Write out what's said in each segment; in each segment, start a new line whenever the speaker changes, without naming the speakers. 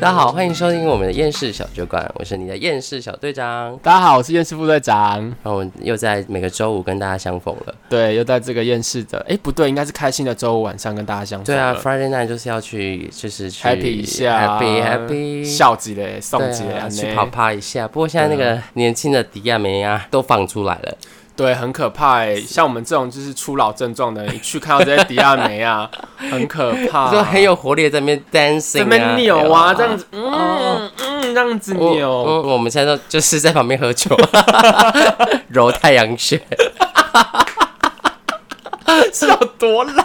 大家好，欢迎收听我们的厌世小酒馆，我是你的厌世小队长。
大家好，我是厌世副队长。
然后我又在每个周五跟大家相逢了。
对，又在这个厌世的，哎、不对，应该是开心的周五晚上跟大家相逢
对啊
了。
，Friday night 就是要去，就是去
happy 一下
，happy happy，
笑几嘞，送
对
几嘞，
啊，
安内
去跑趴一下。不过现在那
嗯
个年轻的迪亚梅亚都放出来了，
对，很可怕、欸。像我们这种就是初老症状的，一去看到这些迪亚梅 啊，很可怕。
就很有活力在那边 dancing，
这
啊
啊边扭啊，
对
这样子，嗯嗯，这样子
我
扭。
哦我我们现在都就是在旁边喝酒， 揉太阳穴。
是有多老？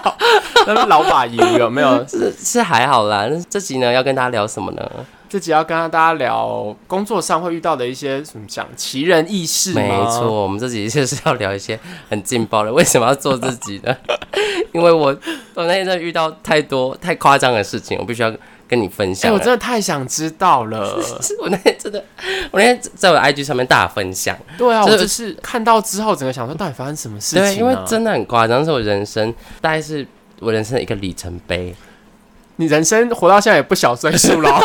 那边老把油有没有？
是是还好啦。那这集呢要跟大家聊什么呢？
这集要跟大家聊工作上会遇到的一些怎么讲奇人异事吗
没错，，我们这集就是要聊一些很劲爆的。为什么要做自己呢？ 因为我我那天真的遇到太多太夸张的事情，我必须要跟你分
哎、
享
我
了。
真的太想知道 了。
是我那天真的，我那天在我的 IG 上面大分享，
对啊，
这
我就是看到之后，整个想说到底发生什么事情、啊？
对，因为真的很夸张，是我人生大概是我人生的一个里程碑。
你人生活到现在也不小岁 数了哦，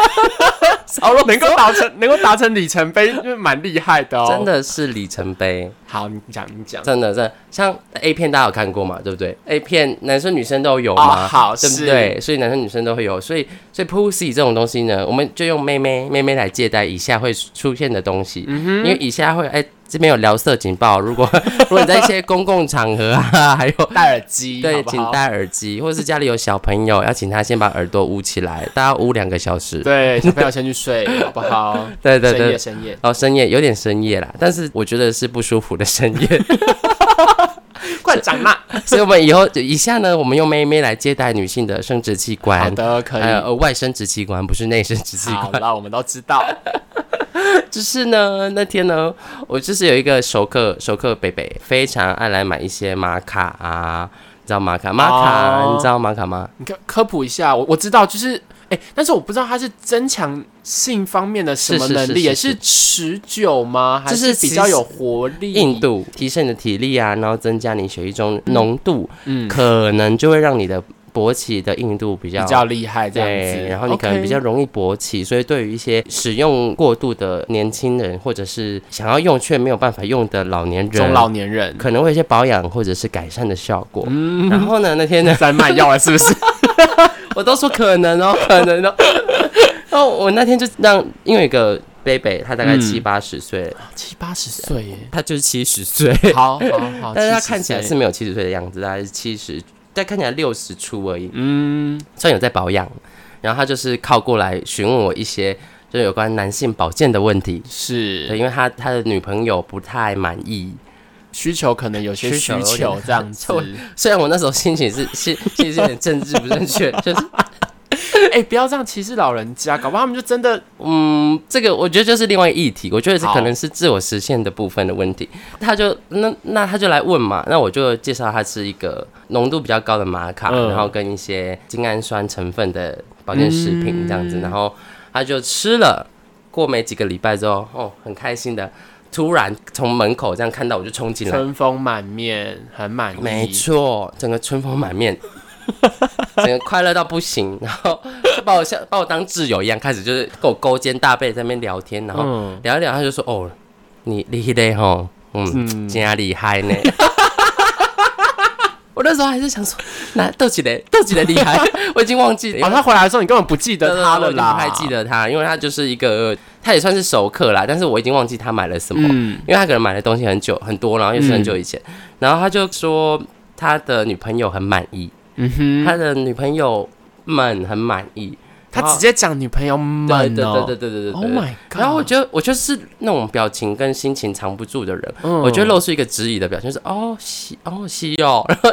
哦能够达成能够达成里程碑，就是蛮厉害的哦。
真，的是里程碑，
好，你讲你讲。
真的真的像 A 片大家有看过嘛，对不对？A 片男生女生都有
哦，
嘛，
好，
对不
是
对？所以男生女生都会有，所以所以 pussy 这种东西呢，我们就用妹妹妹妹来借代以下会出现的东西，
嗯
因为以下会哎这边有聊色警报，如果 如果你在一些公共场合啊，还有。
戴耳机，
对，
好不
请
好
戴耳机，或者是家里有小朋友，要请他先把耳朵捂起来，大家捂两个小时。
对小朋友先去睡，好不好？
对对
深
对
夜，深夜，
然后深夜有点深夜啦，但是我觉得是不舒服的深夜，
快长大。
所以我们以后以下呢，我们用妹妹来接待女性的生殖器
好
官，
的，可
还有
以。
呃外生殖器官，不是内生殖器
好
官。
了，我们都知道。
就是呢，那天呢，我就是有一个熟客，熟客北北非常爱来买一些玛卡啊，你知道玛卡玛卡，
哦
你知道玛卡吗？
你科科普一下，我我知道，就是哎、但是我不知道它是增强性方面的什么
是是
能力，
是
也
是
是持久吗？还
就是其
比较
实
有活力？
硬度提升你的体力啊，然后增加你血液中浓度，
嗯，
可能就会让你的勃起的硬度比较
比较厉害这样
对，
子。
然后你可能
OK
比较容易勃起所以对于一些使用过度的年轻人，或者是想要用却没有办法用的老年人，
中老年人
可能会有一些保养或者是改善的效果。然后呢，那天呢，
嗯 在卖药了，是不是？
我都说可能哦，可能哦。 然后我那天就让，因为有一个贝贝，他大概
嗯
七八十岁，
七八十岁耶，
他就是七十岁，
好好好，
但是他
70
看起来是
岁
没有七十岁的样子，大概是七十，但看起来六十出而已。
嗯，
虽然有在保养，然后他就是靠过来询问我一些就是有关男性保健的问题，对，
是
因为他他的女朋友不太满意，
需求可能有些
需
需
求有
求
点
这样子
就。虽然我那时候心情是心心情是有点政治不正确， 就是
哎，不要这样歧视老人家，搞不好他们就真的
嗯，这个我觉得就是另外一个议题，我觉得这
好
可能是自我实现的部分的问题。他就那那他就来问嘛，那我就介绍他是一个浓度比较高的玛卡，
嗯
然后跟一些精氨酸成分的保健食品这样子，然后他就吃了。过没几个礼拜之后，哦，很开心的，突然从门口这样看到我就冲进来，
春风满面，很满意。
没错，整个春风满面， 整个快乐到不行，然后就把我像把我当挚友一样，开始就是跟我勾肩搭背在那边聊天，然后
嗯
聊一聊，他就说：“哦，你厉害吼，嗯，
嗯
真厉害呢。” 我那时候还是想说，那豆几嘞，豆几嘞厉害， 我已经忘记了。
哦，他回来的时候你根本不记
对对
得
对
他了
我已经
啦，
不太记。得他，因为他就是一个，他也算是熟客啦，但是我已经忘记他买了什么。
嗯，
因为他可能买的东西很久很多，然后又是很久以前，然后他就说他的女朋友很满意，
嗯
他
哼，
的女朋友们很满意，
他
然后
直接讲女朋友们
对对
哦
对对对对对
，Oh
对。
my god！
然后我觉得我就是那种表情跟心情藏不住的人，
嗯
我就露出一个质疑的表情，就是哦西哦西哦， 然后，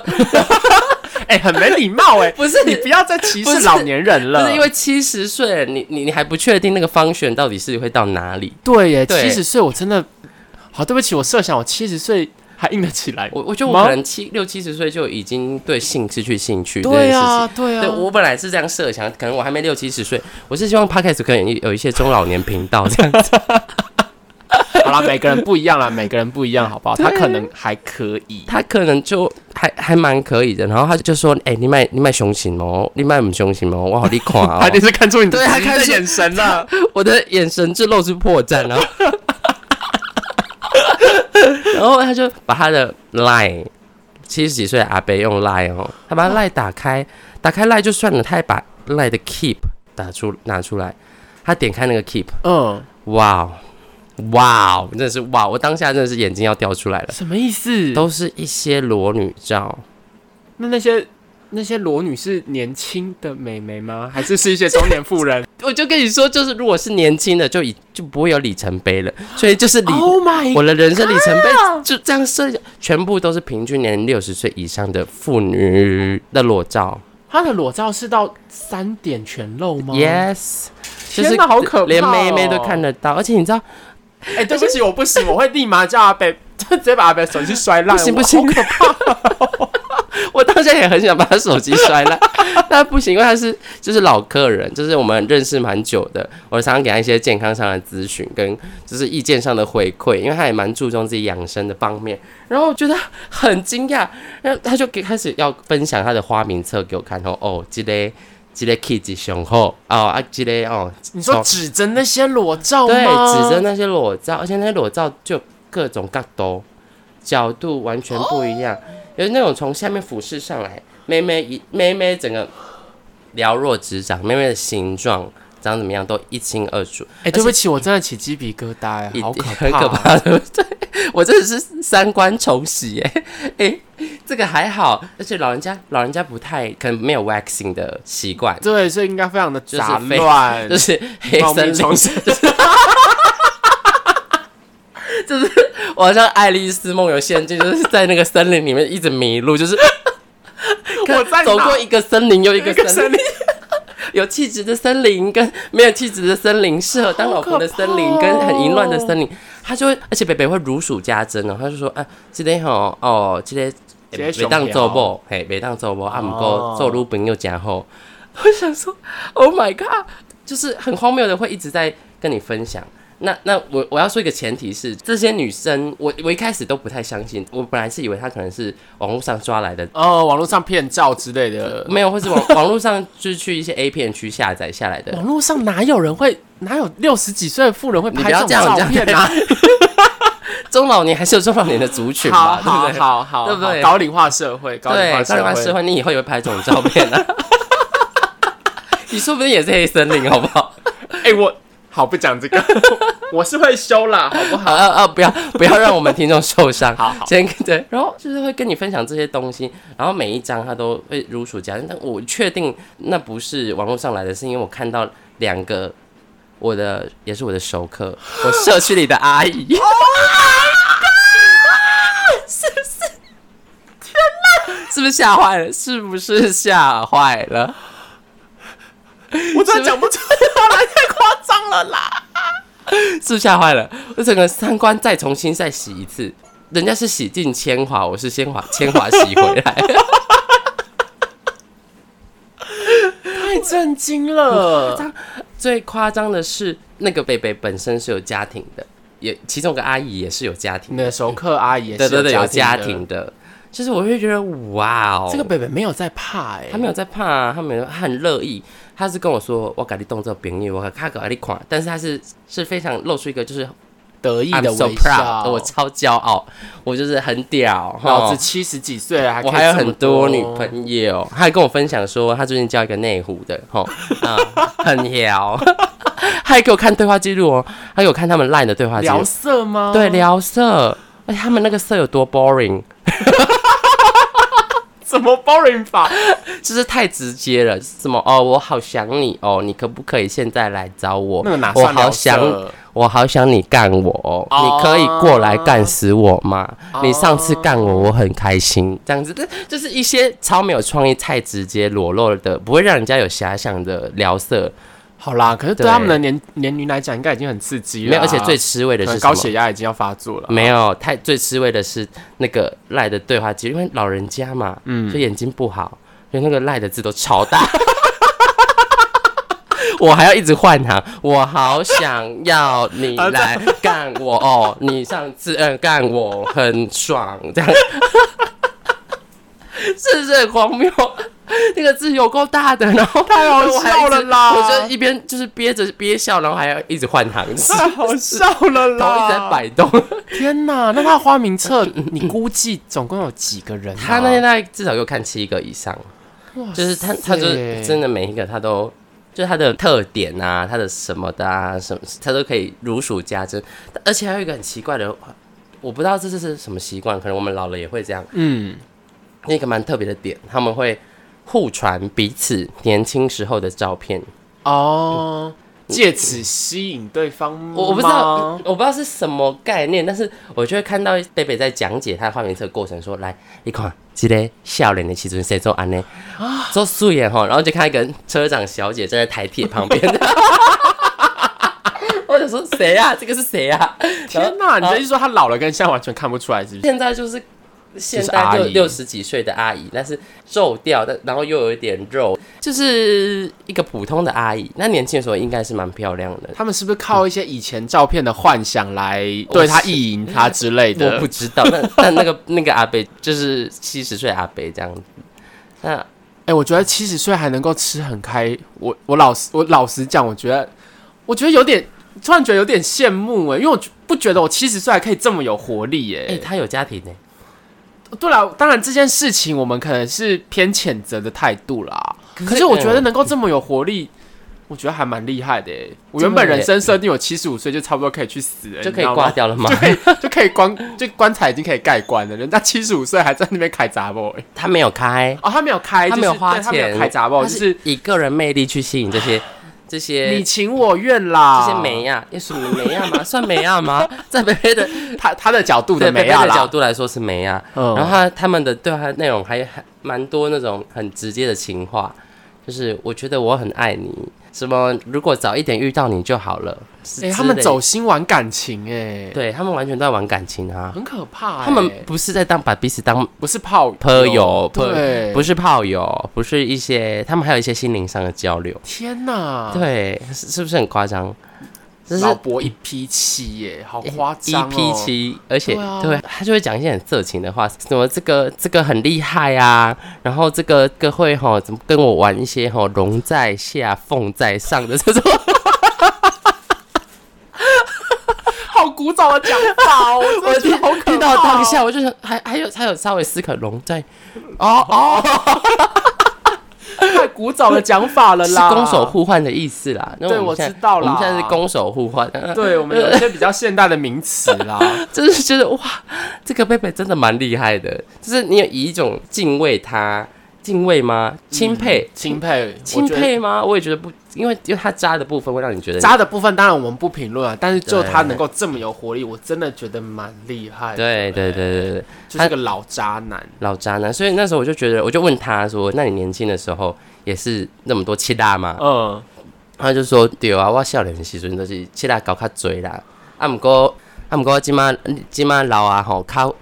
哎，很没礼貌哎
不是
你不要再歧
不
视
是
老年人
就
了，
是因为七十岁，你你你还不确定那个方选到底是会到哪里，
对耶，
对
七十岁我真的，好对不起，我设想我七十岁还硬得起来。
我我觉得我
吗
可能七六七十岁就已经对性失去兴趣这件
对
事情
啊，。对啊，
对我本来是这样设想，可能我还没六 七十岁，我是希望 podcast 可能有一些中老年频道这样。
好好啦，每个人不一样啦，每个人不一样，好不好？他可能还可以，
他可能就还还蛮可以的，然后他就说：“哎、你卖你卖胸型哦，你卖母胸型哦，我好你看哦
他一定是看出你的
对他
质疑的
看出
眼神啊了。
我的眼神就露出破绽，然后， 然后他就把他的 Line 七十几岁的阿伯用 Line 哦，他把
啊
Line 打开，打开 Line 就算了，他还把 Line 的 Keep 打出拿出来，他点开那个 Keep，
嗯，
哇哦哇哦，真的是哇！我当下真的是眼睛要掉出来了，
什么意思？
都是一些裸女照，
那那些那些裸女是年轻的美眉吗？还是是一些中年妇 人
我就跟你说，就是如果是年轻的，就已就不会有里程碑了，所以就是里
？Oh my！
我的人生里程碑就这样设，全部都是平均年龄六十岁以上的妇女的裸照。
她的裸照是到三点全露吗
Yes，就
Oh 天
是
哪好可怕哦
连妹妹都看得到。而且你知道，
哎、对不起，我不行，我会立马叫阿北， 直接把阿北手机摔烂。
不行
我
不行，可怕！ 我当下也很想把他手机摔烂， 但不行，因为他是就是老客人，就是我们认识蛮久的，我常常给他一些健康上的咨询跟就是意见上的回馈，因为他也蛮注重自己养生的方面。然后我觉得很惊讶，然后他就给开始要分享他的花名册给我看，哦哦，这个这个 k i d 雄厚哦啊，这个哦，
你说
从
指着那些裸照吗？
对，指着那些裸照，而且那些裸照就各种角度、角度完全不一
哦
样，有那种从下面俯视上来，妹妹一妹妹整个寥若指掌，妹妹的形状长怎么样都一清二楚，
哎、对不起，我真的起鸡皮疙瘩、哎
一
好可怕，
很可。怕，对不对？我真的是三观重洗耶， 哎、这个还好，而且老人家老人家不太可能没有 waxing 的习惯，
对，所以应该非常的
是
杂
非
乱，
就是黑
茂密
森林
丛生。
我好像爱丽丝梦游仙境，就是在那个森林里面一直迷路，就是
我在哪
走过一个森林又一个
一个
森
森
林
林，
有气质的森林跟没有气质的森林，适合当老婆的森林
好可怕哦
跟很淫乱的森林，他就会，而且北北会如数家珍哦，他就说，啊，今天吼，哦，今天
这个
每当做某，嘿，每当做某，啊，不过做女朋友真好。 我想说，Oh my god，就是很荒谬的，会一直在跟你分享。那那我我要说一个前提是，这些女生，我我一开始都不太相信，我本来是以为她可能是网络上抓来的，
哦，网络上骗照之类的，
没有，或是网网络上就是去一些 A 片区下载下来的。
网络上哪有人会，哪有六十几岁的妇人会
你
拍
不要这
这
样
种照
讲，
片啊？
中老年还是有中老年的族群
好
吧，
好
对不对？
好好，
对不对
高龄化社会，高龄化
对，
社
上
会，
完社会，你以后也会拍这种照片啊。 你说不定也是黑森林，好不 好？
哎、我好不讲这个， 我是会修啦，好不
好
好？
啊啊！不要不要让我们听众受伤。
好好
先 对，然后就是会跟你分享这些东西，然后每一张他都会如数家珍。但我确定那不是网络上来的，是因为我看到两个我的也是我的熟客，我社区里的阿姨。是不是吓坏了？是不是吓坏了？
我真的讲不出话来， 太夸张了啦！
是不是吓坏了？我整个三观再重新再洗一次。人家是洗尽铅华，我是先华铅华洗回来。
太震惊了，
最夸张的是，那个贝贝本身是有家庭的，也其中有个阿姨也是有家庭
你
的，
的熟客阿姨也
对
是
对对，有
家
家
的
庭，的。就是我会觉得哇哦，
这个北北没有在怕哎、
他没有在怕、啊，他没有，他很乐意。他是跟我说，我给你动作朋友，我卡给你款，但是他是是非常露出一个就是
得意
I'm
的
so
微
proud，
笑。
我超骄傲，我就是很屌，
老
吼
子七十几岁了，还可
我
以
还有
这么
很多女朋友，他还跟我分享说，他最近交一个内湖的， 吼，啊、很聊， 他还给我看对话记录哦，他给我看他们 LINE 的对话记录
聊，色吗？
对，聊色，而且他们那个色有多 boring，
怎么 boring 法？
就是太直接了，什么哦，我好想你哦，你可不可以现在来找我？
那个哪
我
算
好
聊色？
想，我好想你干我、哦
哦
你可以过来干死我吗？你上次干我，我很开心，这样子，这就是一些超没有创意、太直接、裸露的，不会让人家有遐想的聊色，
好啦，可是对
对
他们的年年龄来讲，应该已经很刺激了啊。
没有，而且最吃味的
可
是
能
什么
高？血压已经要 发作了。
没有，太最吃味的是那个赖的对话记录，因为老人家嘛，嗯，所以眼睛不好，所以那个赖的字都超大。 我还要一直换行，我好想要你
啊这
来干我哦，你上次嗯干我很爽，这样 是不是很荒谬？那个字有够大的，然后
太好
我还一
笑
直
了啦
我就一边就是憋着憋笑，然后还要一直换 行，
太好笑了
头一
啦！
直在摆动。
天哪，那他的花名册，你估计总共有几个人、啊？
他那天大概至少有看七个以上，
哇
就是他他就是
塞
真的每一个他都。就是他的特点啊，他的什么的啊，什么他都可以如数家珍，而且还有一个很奇怪的，我不知道这是是什么习惯，可能我们老了也会这样。
嗯，
那个蛮特别的点，他们会互传彼此年轻时候的照片。
哦，借此吸引对方吗
我我不知道，呃我不知道是什么概念，但是我就会看到贝贝在讲解他的画面册过程，说来，你看，这个笑脸的其中谁做安呢？
啊
做素颜哈，然后就看一个车长小姐站在台铁旁边， 我想说谁啊？这个是谁啊？
天哪！你
然后
的意思说他老了跟现在完全看不出来，是不是？
现在就是现
阿
代六
姨
六十几岁的阿姨，但是皱掉，但然后又有一点肉，就是一个普通的阿姨。那年轻的时候应该是蛮漂亮的，
他们是不是靠一些以前照片的幻想来对他意淫他之类
我
的？
不知道。但但那个 那个阿伯就是七十岁阿伯这样子。那
哎、我觉得七十岁还能够吃很开，我我老实我老实讲，我觉得我觉得有点突然觉得有点羡慕哎、因为我不觉得我七十岁还可以这么有活力哎、
哎、他有家庭呢、
哦对了，当然这件事情我们可能是偏谴责的态度啦，
可是嗯
可是我觉得能够这么有活力。我觉得还蛮厉害的欸，我原本人生设定我七十五岁就差不多可以去死了，
就可以
你知道吗
挂掉了吗
就？可以就可以棺就棺材已经可以盖棺了，人家七十五岁还在那边开杂货欸
他没有开，
哦，他没有开，
他没有
就是
花
对他没
钱，
有开杂货，
他
就是
以个人魅力去吸引这 些这
你啊
些。
情我愿啦，
这些美亚，也属于美亚吗？ 算美亚 吗？在贝贝的
他他的角度
对
的
贝
美
贝
亚
的角
啦，
度来说是美亚，
嗯
然后他他们的对话内容还还蛮多那种很直接的情话，就是我觉得我很爱你，什么如果早一点遇到你就好了。是
哎、
之
他们
类
走心玩感情哎、
对他们完全都在玩感情啊，
很可怕、欸，
他们不是在当把彼此当
不是炮
朋友，
对，
不不是炮友，不是一些他们还有一些心灵上的交流，
天哪，，
对，是是不是很夸张？这是
啊老伯一批七耶，好夸
一
张哦，
P 七，而且
对啊
对他就会讲一些很色情的话，什么这个这个很厉害啊，然后这个这个会吼怎么跟我玩一些吼龙在下凤在上的这种，
好古早的讲 法哦，我
我
真的觉
听
得好可怕、
听到当下，我就想还还有还有稍微思考龙在哦哦
太古早的讲法了
是
啦，
攻守。互换的意思啦，那
对
我们
我
现在
知道
我们
啦
现在是攻守互换， 呃
对我们有一些比较现代的名词 啦，
就是觉得哇，这个贝贝真的蛮厉害的，就是你有以一种敬畏他，敬畏吗？钦佩。
钦佩，
钦
嗯我觉得
佩吗？我也觉得不，因为因为他渣的部分会让你觉得
渣的部分当然我们不评论啊，但是就
对
他能够这么有活力，我真的觉得蛮厉害的。
对对对对对，
就是个老渣男。
老渣男。所以那时候我就觉得，我就问他说：“那你年轻的时候也是那么多气大吗
嗯，？”
他就说：“对啊，我少年的时阵都是气大搞较侪啦，啊毋过啊毋过即马即马老啊吼较。”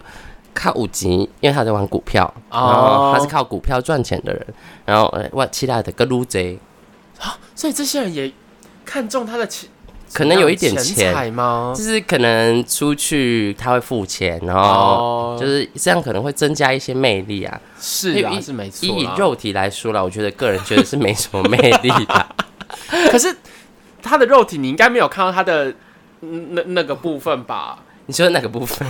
靠有钱，因为他在玩股票
哦
然后他是靠股票赚钱的人，然后呃我其他的个撸贼，
所以这些人也看中他的钱，
可能有一点
钱
钱，
财吗？
就是可能出去他会付钱，然
哦
后哦就是这样可能会增加一些魅力啊。
是
因为
啊，
以
是没错
以
啦。
肉体来说啦，我觉得个人觉得是没什么魅力 的。
可是他的肉体，你应该没有看到他的嗯那那个部分吧？
你说哪个部分？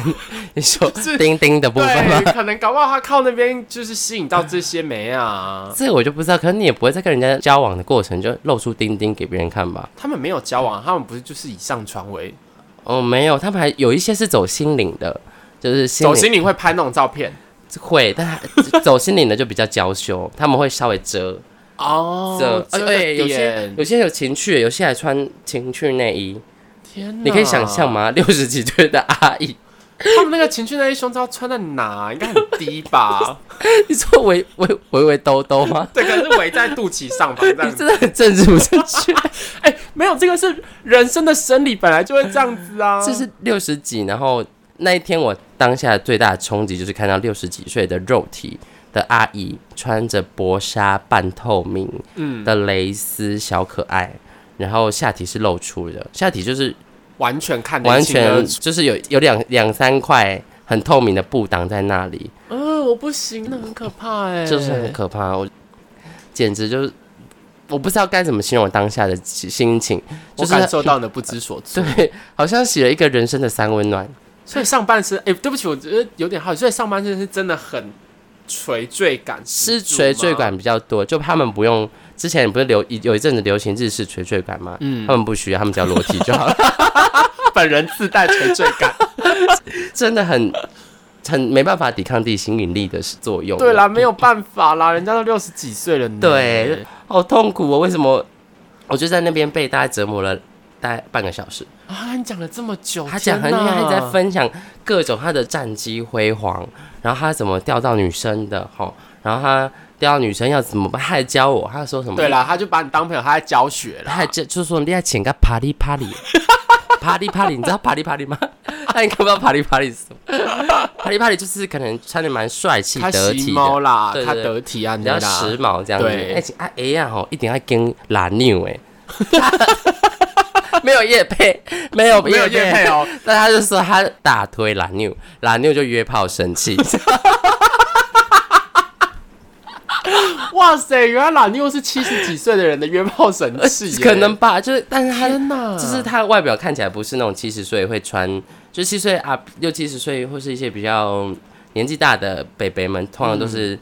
你说
就是
钉钉的部分吗？
对，可能搞不好他靠那边就是吸引到这些美啊。
这个我就不知道，可能你也不会在跟人家交往的过程就露出钉钉给别人看吧？
他们没有交往，他们不是就是以上传为
哦，没有，他们还有一些是走心灵的，就是心
走
灵
心灵会拍那种照片
会，但他走心灵的就比较娇羞，他们会稍微遮
哦
遮，
这个
对，有些呃
点嗯
有些有情趣，有些还穿情趣内衣，
天哪，
你可以想象
哦
吗？六十几岁的阿姨，
他们那个情趣内衣胸罩穿在哪？应该很低 吧？
你说围围围围兜兜吗？
对，可能是围在肚脐上 吧，这样
你
子。
真的很政治不正确，
哎、没有，这个是人生的生理本来就会这样子啊。
这是六十几，然后那一天我当下最大的冲击就是看到六十几岁的肉体的阿姨穿着薄纱半透明
嗯，
的蕾丝小可爱，然后下体是露出的，下体就是
完全看得
完
清而
全
楚
就是有有两两三块很透明的布挡在那里，
嗯，我不行，那很可怕哎、
就是很可怕，我简直就是我不知道该怎么形容我当下的心情，就
我
是
感受到你的不知所措。
对，好像洗了一个人生的三温暖。
所以上半身，哎、对不起，我觉得有点好奇，所以上半身是真的很垂坠感十
是
足吗，
垂坠感比较多，就他们不用。之前不是流有一阵子流行日式垂坠感吗？嗯，他们不需要，他们只要裸体就好 了。
本人自带垂坠 感。
真的很很没办法抵抗地心引力的作用。啊
对啦，，没有办法啦，人家都六十几岁了呢。
对，好痛苦哦！为什么？我就在那边被大家折磨了大概半个小时。
啊，你讲了这么久，
他讲很厉
天
害，
哪
在分享各种他的战绩辉煌，然后他怎么钓到女生的，吼，然后他钓到女生要怎么办，他还教我，他说什么？
对啦，他就把你当朋友，他在教学
他
啦。
还就就说你要请个啪里啪里， 啪里啪里，你知道啪里啪里吗？ 那你可不知道啪里啪里是什么？啪里啪里就是可能穿的蛮帅气、
他
得
时
体
髦
的，
啦，
对对
他
对
得体啊，
比
你
较
啦，
时髦这样子。
对
哎，请啊哎呀吼，一定要跟拉妞哎， 没有叶配，没有
没有叶配哦，
但他就说他打推拉妞，拉妞就约炮生气，
哇塞，原来懒妞是七十几岁的人的约炮神器耶，
可能吧，就是但是他
天哪，
就是他外表看起来不是那种七十岁会穿，就七岁啊六七十岁或是一些比较年纪大的北北们，通常都是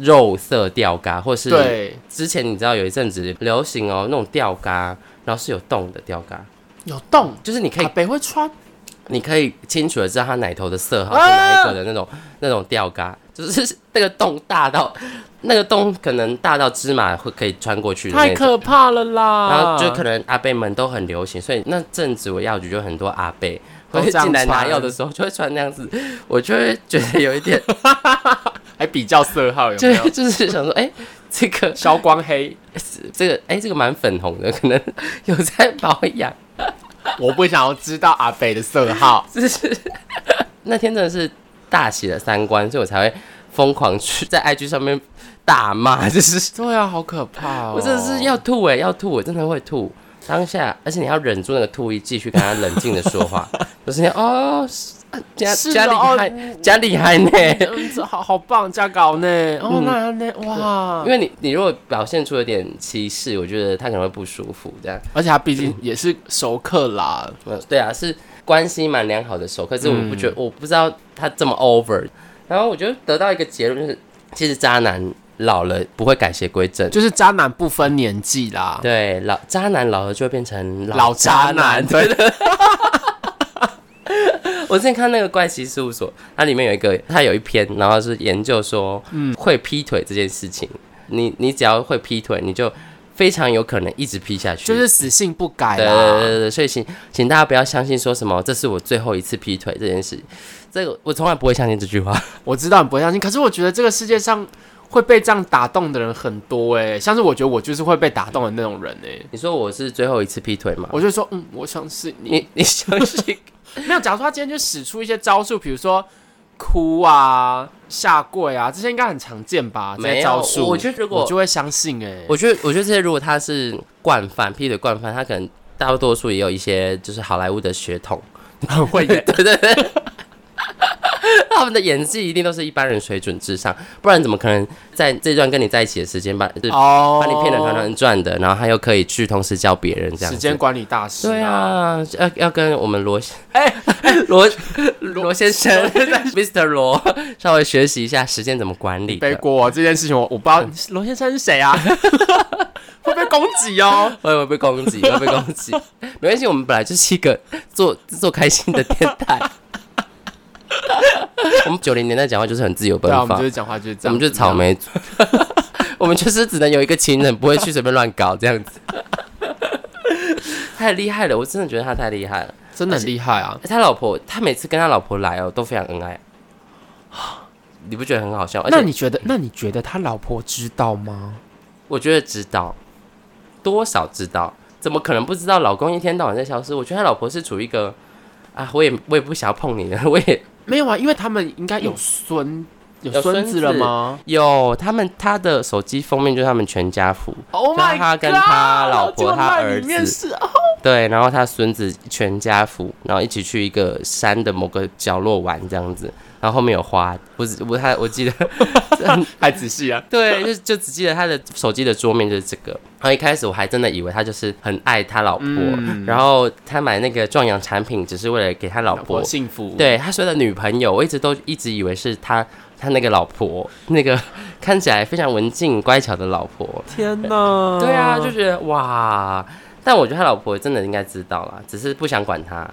肉色吊嘎，或是
对
之前你知道有一阵子流行哦那种吊嘎，然后是有洞的吊嘎，
有洞，
就是你可以
阿北会穿，
你可以清楚的知道他奶头的色号是哪一个的那种、那种吊嘎，就是那个洞大到那个洞可能大到芝麻会可以穿过去的
太
那种。
可怕了啦。
然后就可能阿贝们都很流行，所以那阵子我药局就很多阿贝
都
会
这样
进来拿
穿
药的时候就会穿那样子，我就会觉得有一点，
还比较色号有没
就
有？
就是想说，哎、这个
消光黑，
这个哎、这个蛮粉红的，可能 有在保养，
我不想要知道阿北的色号。
只是 那天真的是大喜了三观，所以我才会疯狂去在 IG 上面大骂，就是
对啊，好可怕哦！
我真的是要吐哎、要吐，我真的会吐。当下，而且你要忍住那个吐意，继续跟他冷静的说话，就是你哦，是啊家
是
家厉
哦
害，家厉害呢。
嗯，这好好棒，加高呢，哦，那那 哇
因，为你你如果表现出有点歧视，我觉得他可能会不舒服。这样，
而且他毕竟也是熟客啦，
嗯对啊，是关系蛮良好的手，可是我不觉
嗯
得，我不知道他这么 over。然后我就得到一个结论，就是其实渣男老了不会改邪归正。
就是渣男不分年纪啦，
对，老渣男老了就会变成
老渣男，
男。
对的，
我之前看那个怪奇事务所，它里面有一个，它有一篇，然后是研究说，嗯，会劈腿这件事情，你你只要会劈腿，你就非常有可能一直劈下去。
就是死性不改
对对
啦。
对对，所以请请大家不要相信说什么这是我最后一次劈腿这件事，这个我从来不会相信这句话。
我知道你不会相信，可是我觉得这个世界上会被这样打动的人很多哎，像是我觉得我就是会被打动的那种人哎，
你说我是最后一次劈腿吗？
我就说嗯，我相信你。
你 你相信？
没有，假如说他今天就使出一些招数，比如说哭啊、下跪啊，这些应该很常见吧？这些
没有
招数，
我觉得如果
我就会相信哎、
我觉得我觉得这些如果他是惯犯劈腿惯犯，他可能大多数也有一些就是好莱坞的血统。
很会 演
对对对，他们的演技一定都是一般人水准之上，不然怎么可能在这段跟你在一起的时间把就是
哦
把你骗得团团转的，然后他又可以去同时教别人这样
时
子
间管理大师、
对，啊，要要跟我们罗
哎
罗罗先生，Mr. 罗稍微学习一下时间怎么管理
背
的。
锅、啊这件事情我我不知道罗先生是谁啊， 会被攻击哦。
会不会被攻击？会不会被攻击？ 没关系，我们本来就是一个做做开心的电台。 我们九零年代讲话就是很自由奔
对啊，我
放
们就，是讲话就是这
我
样，
们就是草。莓族， 我们就是只能有一个情人，不会去随便乱搞这样子。 太厉害了，我真的觉得他太厉害了。
真的很厉害啊！
他老婆，他每次跟他老婆来哦，都非常恩爱， 你不觉得很好笑？而
那
且
你觉得，那你觉得他老婆知道吗？
我觉得知道，多少知道，怎么可能不知道？老公一天到晚在消失，我觉得他老婆是处于一个啊，我也我也不想要碰你的，我也
没有啊，因为他们应该有孙有
有
孙
孙
子了
子
吗
有他们他的手机封面就是他们全家福，
？Oh my
就
god！
他跟他
然
老
后
婆
就
他
赖
儿
里面
子
是啊
对，然后他孙子全家福，然后一起去一个山的某个角落玩这样子，然后后面有花，不是我他我记得
还仔细啊，
对，就就只记得他的手机的桌面就是这个。然后一开始我还真的以为他就是很爱他老婆，
嗯
然后他买那个壮阳产品只是为了给他老
老
婆
婆。幸福，
对他说的女朋友，我一直都一直以为是他他那个老婆，那个 看起来非常文静乖巧的老婆。
天哪，
对啊，就觉得哇。但我觉得他老婆真的应该知道啦，只是不想管他。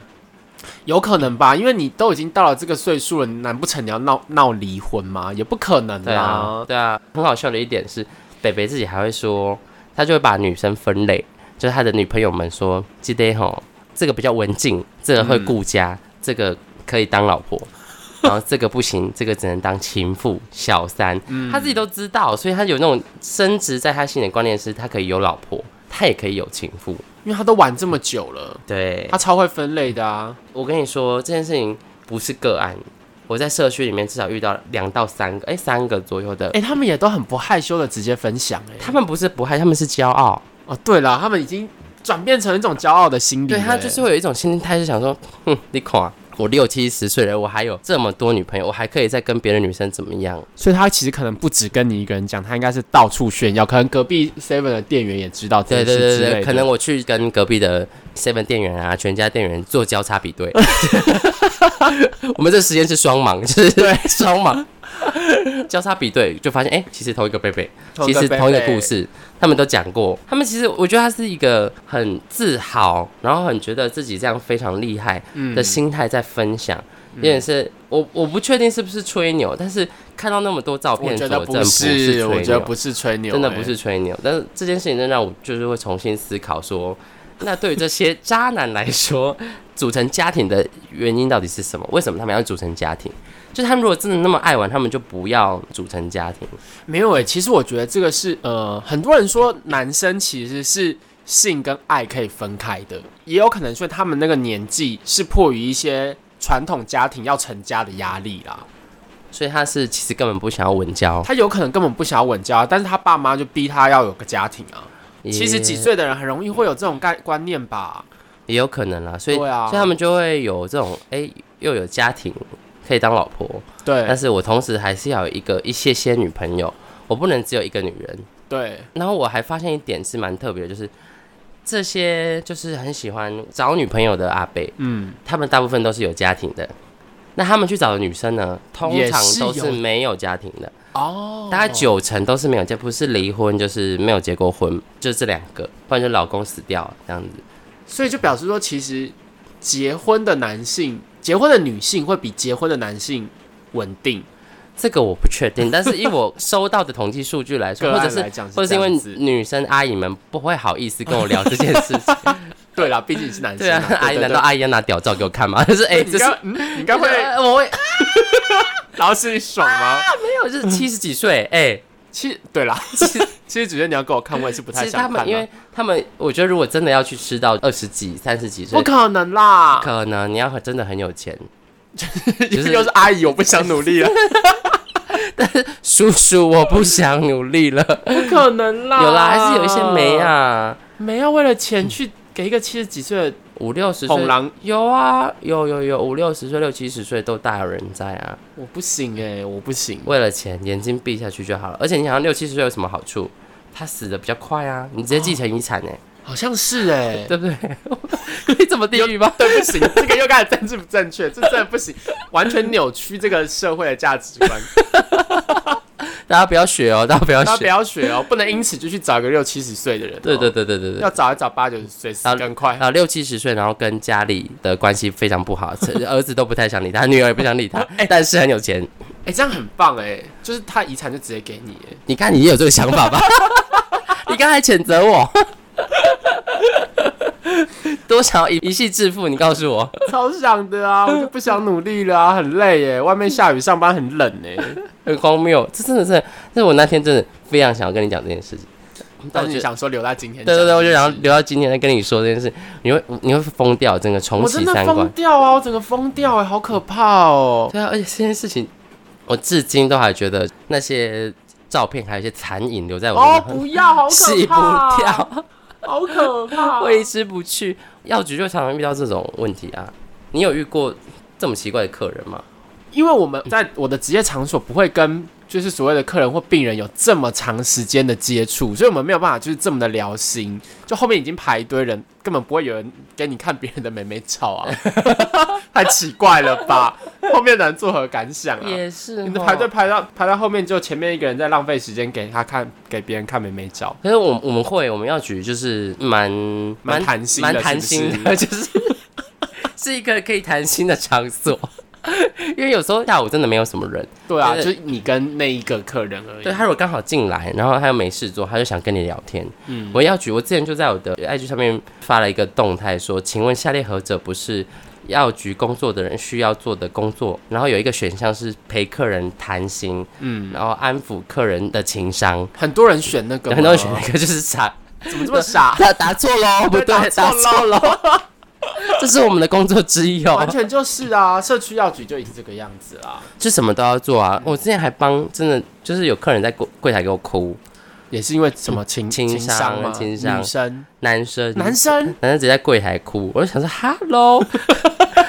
有可能吧，因为你都已经到了这个岁数了，难不成你要闹闹离婚吗？也不可能
对啊，对啊。很好笑的一点是，北北自己还会说，他就会把女生分类，就是他的女朋友们说，记得吼，这个比较文静，这个会顾家，这个可以当老婆，然后这个不行，这个只能当情妇、小三。
嗯
他自己都知道，所以他有那种升职在他心里的观念是，他可以有老婆，他也可以有情妇。
因为他都玩这么久了，
对，
他超会分类的啊。
我跟你说这件事情不是个案，我在社区里面至少遇到两到三个，哎、三个左右的。
哎、他们也都很不害羞的直接分享、欸，
他们不是不害，他们是骄傲。
哦，对了，他们已经转变成一种骄傲的心理了
对
欸，
他就是会有一种心态，是想说，哼，你看，我六七十岁了，我还有这么多女朋友，我还可以再跟别的女生怎么样？
所以他其实可能不止跟你一个人讲，他应该是到处炫耀，可能隔壁 Seven 的店员也知道这
对
件
对
事
对
之
对
类
对，
的。
可能我去跟隔壁的 Seven 店员啊、全家店员做交叉比 对。我们这实验是双盲，就是对 双盲交叉比对，就发现哎、诶其实同一个贝贝，
同
其
一个
实同一个
贝贝
故事，他们都讲过。他们其实我觉得他是一个很自豪，然后很觉得自己这样非常厉害
嗯
的心态在分享，有点是我我不确定是不是吹牛，但是看到那么多照
我
片
觉
佐
得
证
不
是吹
是，
牛，
我觉得不是吹牛、
真的
欸
不是。吹牛，但是这件事情真的让我就是会重新思考说，那对于这些渣男来说，组成家庭的原因到底是什么？为什么他们要组成家庭？就是他们如果真的那么爱玩，他们就不要组成家庭。
没有诶、欸其实我觉得这个是呃，很多人说男生其实是性跟爱可以分开的，也有可能说他们那个年纪是迫于一些传统家庭要成家的压力啦，
所以他是其实根本不想要稳交。
他有可能根本不想要稳交，啊但是他爸妈就逼他要有个家庭啊。其实几
也
岁的人很容易会有这种概观念吧？
也有可能啦，所以、
对啊
所以他们就会有这种哎、又有家庭可以当老婆，但
对
是我同时还是要有一个一些些女朋友，我不能只有一个女人。
对，
然后我还发现一点是蛮特别的，就是这些就是很喜欢找女朋友的阿伯，
嗯，
他们大部分都是有家庭的。那他们去找的女生呢，通
也
常
是
都
有
是没有家庭的，
哦，
大概九成都是没有家，不是离婚就是没有结过婚，就这两个，不然就老公死掉这样子。
所以就表示说，其实结婚的男性、结婚的女性会比结婚的男性稳定。
这个我不确定，但是以我收到的统计数据来说，
个
或者
案
是
来讲
或者
这
是因为
样子，
女生阿姨们不会好意思跟我聊这件事 情，
对啦，毕竟你是男生
对啊
嘛，，
阿姨
对
难道？阿姨要拿屌照给我看吗？ 就是哎，
对
这
对
是啊
对你该嗯你该会
呃我会
老师爽吗？
没有，就是七十几岁，哎、
其实对啦，
其实
其实主任你要给我看，我也是不
其
太
实
想
他
看啊。
们，因为他们，我觉得如果真的要去吃到二十几、三十几岁
不，可能啦，
可能你要很真的很有钱，
就是是又是阿姨，我不想努力了，
叔叔，我不想努力了。
不可能啦。
有啦，还是有一些没，啊，
没要为了钱去给一个七十几岁的
五六十
红
岁。
狼，
有啊，有有有，五六十岁、六七十岁都大有人在啊。
我不行哎，我不行。
为了钱，眼睛闭下去就好了。而且你想，六七十岁有什么好处？他死的比较快啊，你直接继承遗产呢、欸
好像是哎、
对不 对？可以这么地狱吗？
对不行， 这个又开始政治不正确，这真的不行，完全扭曲这个社会的价值 观。
大家不要学哦，大家不要
大家不
学。
要学哦，不能因此就去找一个六七十岁的人、哦
对对，对对对对，
要找一找八九十岁死更快
然。呃后六七十岁，然后跟家里的关系非常不好，儿子都不太想理他， 女儿也不想理他，但是很有钱。
哎、这样很棒哎、就是他遗产就直接给你、哎
你看，你也有这个想法吧？ 你刚才谴责我，多想要一一夕致富？你告诉我，
超想的 啊，我就不想努力了啊，很累耶、外面下雨，上班很冷哎、
很荒谬。这真的是，这我那天真的非常想要跟你讲这件事情。
但哦是你想说留在今天？
对对对，我就想要
是不是
留到今天再跟你说这件事，你会你会疯掉，整个重
我
启
真的
三
疯
观。
掉啊，我整个疯掉哎、好可怕哦、
对啊，而且这件事情我至今都还觉得那些照片还有一些残影留在我
哦，
的
不要， 好
洗不
可怕，
掉。
好可 怕。
挥之不去。药局就常常遇到这种问题啊。你有遇过这么奇怪的客人吗？
因为我们在我的职业场所不会跟就是所谓的客人或病人有这么长时间的接触，所以我们没有办法就是这么的聊心。就后面已经排一堆人，根本不会有人给你看别人的美美照 啊，太奇怪了吧？后面的人作何感想啊？
也是
你的
哦
排队排到排到后面，就前面一个人在浪费时间给他看给别人看美美照，
可是我我们会，我们药局就是蛮
蛮弹性的
蛮弹性
是不
的，就是 是一个可以谈心的场所。 因为有时候下午真的没有什么人，
对啊，
对
就是你跟那一个客人而已。
对他如果刚好进来，然后他又没事做，他就想跟你聊天。嗯，我药局，我之前就在我的 IG 上面发了一个动态说，请问下列何者不是药局工作的人需要做的工作？然后有一个选项是陪客人谈心，嗯，然后安抚客人的情商。
很多人选那个吗，
很多人选那个就是 傻，
怎么这么傻？
答答错喽， 不对，
打
答
错
错喽，这是我们的工作之一哦
完，全就是啊，社区药局就已经这个样子啦。
就什么都要做啊。我之前还帮真的就是有客人在柜柜台给我哭，
也是因为什么情
嗯情
情
商
商吗？
情商嗯
女生
男生
男生
男生直接在柜台哭，我就想说，Hello，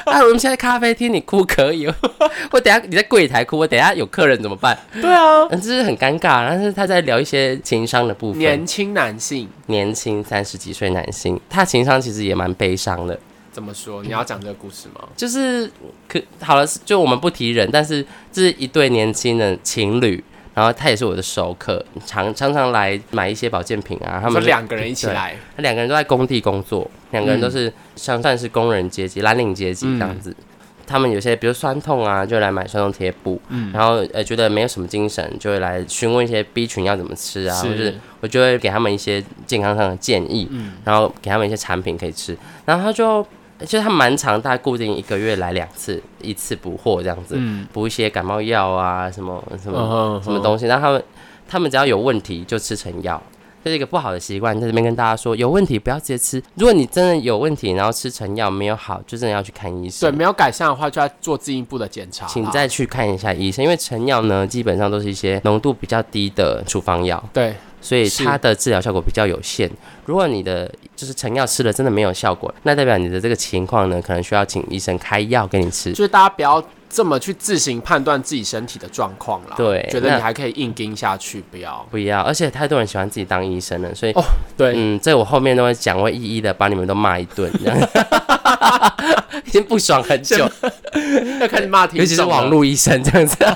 啊，我们现在在咖啡厅，你哭可以哦， 我等下你在柜台哭，我等下有客人怎么办？
对啊，
嗯，这是很尴尬。但是他在聊一些情商的部分，
年
年
轻男性
年轻三十几岁男性，他情商其实也蛮悲伤的，
怎么说？你要讲这个故事吗？
就是可好了，就我们不提人，但是这是一对年轻的情侣。然后他也是我的熟客，常常常来买一些保健品啊。他
他
们
们
就
两个人一起
对
来，
两个人都在工地工作，两个人
嗯
都是像算是工人阶级、蓝领阶级这样子。他们有些比如酸痛啊，就来买酸痛贴布，
嗯
然后呃觉得没有什么精神，就会来询问一些 B 群要怎么吃啊，
是
或是我就会给他们一些健康上的建议，
嗯
然后给他们一些产品可以吃，然后他就。就是他蛮常，大概固定一个月来两次，一次补货这样子，
嗯
补一些感冒药啊，什么什么
嗯
什么东西，然后他们他们只要有问题就吃成药，这是一个不好的习惯，在这边跟大家说，有问题不要直接吃。如果你真的有问题，然后吃成药没有好，就真的要去看医
对
生。
没有改善的话，就要做进一步的检查啦。
请再去看一下医生，因为成药呢，基本上都是一些浓度比较低的处方药，
对
所以
是
它的治疗效果比较有限。如果你的就是成药吃了真的没有效果，那代表你的这个情况呢，可能需要请医生开药给你吃
就。是大家不要这么去自行判断自己身体的状况啦。
对
觉得
那
你还可以硬盯下去，不要。
不一样，而且太多人喜欢自己当医生了，所以
哦，对，
嗯，这我后面都会讲，我会一一的把你们都骂一顿，这 样已经不爽很久，
要开始骂听众
尤
了，
其是网络医生这样子。